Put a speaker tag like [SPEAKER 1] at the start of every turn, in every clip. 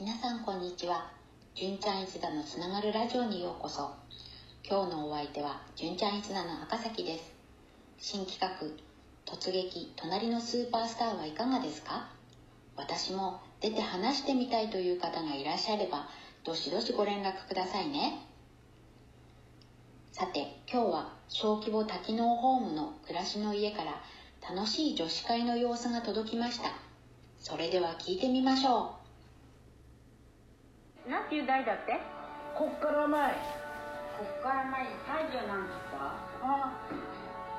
[SPEAKER 1] 皆さんこんにちはじゅんちゃん一座のつながるラジオにようこそ今日のお相手はじゅんちゃん一座の赤崎です新企画突撃隣のスーパースターはいかがですか私も出て話してみたいという方がいらっしゃればどしどしご連絡くださいねさて今日は小規模多機能ホームの暮らしの家から楽しい女子会の様子が届きましたそれでは聞いてみましょ
[SPEAKER 2] なんていう台だって
[SPEAKER 3] こっから前
[SPEAKER 2] こっから前に西条なんつった
[SPEAKER 3] あ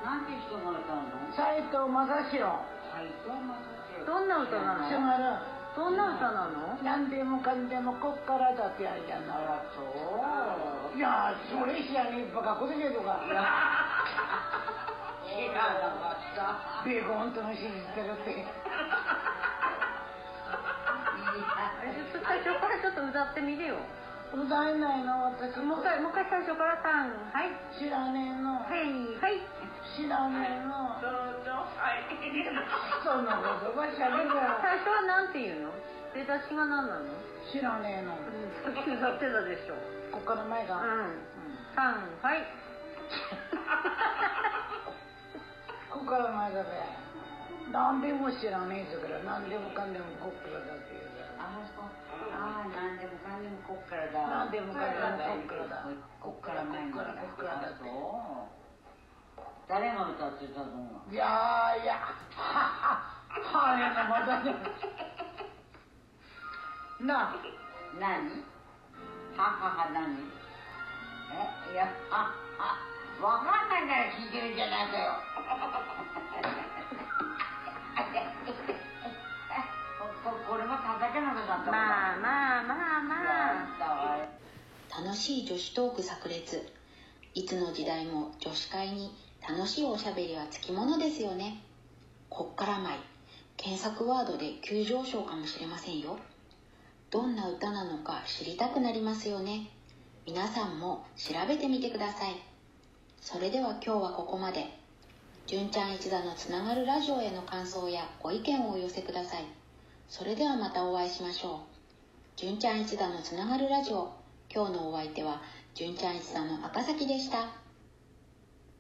[SPEAKER 2] なんていう人がいたの
[SPEAKER 3] 斎藤正
[SPEAKER 2] 斎
[SPEAKER 3] 弘
[SPEAKER 2] 藤正
[SPEAKER 4] どんな歌なの
[SPEAKER 3] すが
[SPEAKER 4] どんな歌なの
[SPEAKER 3] る何でもかんでもこっからだってやるじゃ
[SPEAKER 2] あ
[SPEAKER 3] な
[SPEAKER 2] らそう
[SPEAKER 3] いいやそれ知らねえバカことじゃとか
[SPEAKER 2] 知らなかった
[SPEAKER 3] ベーコンとの信じたらって
[SPEAKER 4] あれちょっと最初からちょっと歌ってみてよ
[SPEAKER 3] 歌えないの私
[SPEAKER 4] もう一回もう一回最初からターンはい
[SPEAKER 3] 知らねえの
[SPEAKER 4] はいはい
[SPEAKER 3] 知らねえの
[SPEAKER 2] どうぞはい
[SPEAKER 3] その言葉しゃべるよ
[SPEAKER 4] 最初はなんて言うの出だしが何なの、
[SPEAKER 3] 知らねえの
[SPEAKER 4] うん、さっき歌ってたでしょ
[SPEAKER 3] こっから前
[SPEAKER 4] う
[SPEAKER 3] が、
[SPEAKER 4] ん
[SPEAKER 3] うん
[SPEAKER 4] ターンはい
[SPEAKER 3] ここから前だべ何でも知らねえぞから何でもかんでもこっからだって言うから
[SPEAKER 2] あそうああなんでもかんでもこっからだ
[SPEAKER 3] 何でもかんでもこっからだ
[SPEAKER 2] こっから前に
[SPEAKER 3] こっからこっからだって
[SPEAKER 2] そう誰が歌ってたの
[SPEAKER 3] いや ーいやはっはっはやなまだねなあ
[SPEAKER 2] 何ははは何えいやははわかんないから聞いてるんじゃないかよここれも叩けなくなったもん
[SPEAKER 4] まあまあま
[SPEAKER 2] な
[SPEAKER 4] あま
[SPEAKER 2] んだわよ
[SPEAKER 1] う楽しい女子トーク炸裂いつの時代も女子会に楽しいおしゃべりはつきものですよねこっから前検索ワードで急上昇かもしれませんよどんな歌なのか知りたくなりますよね皆さんも調べてみてくださいそれでは今日はここまで純ちゃん一座のつながるラジオへの感想やご意見をお寄せくださいそれではまたお会いしましょう純ちゃん一座のつながるラジオ今日のお相手は純ちゃん一座の赤崎でした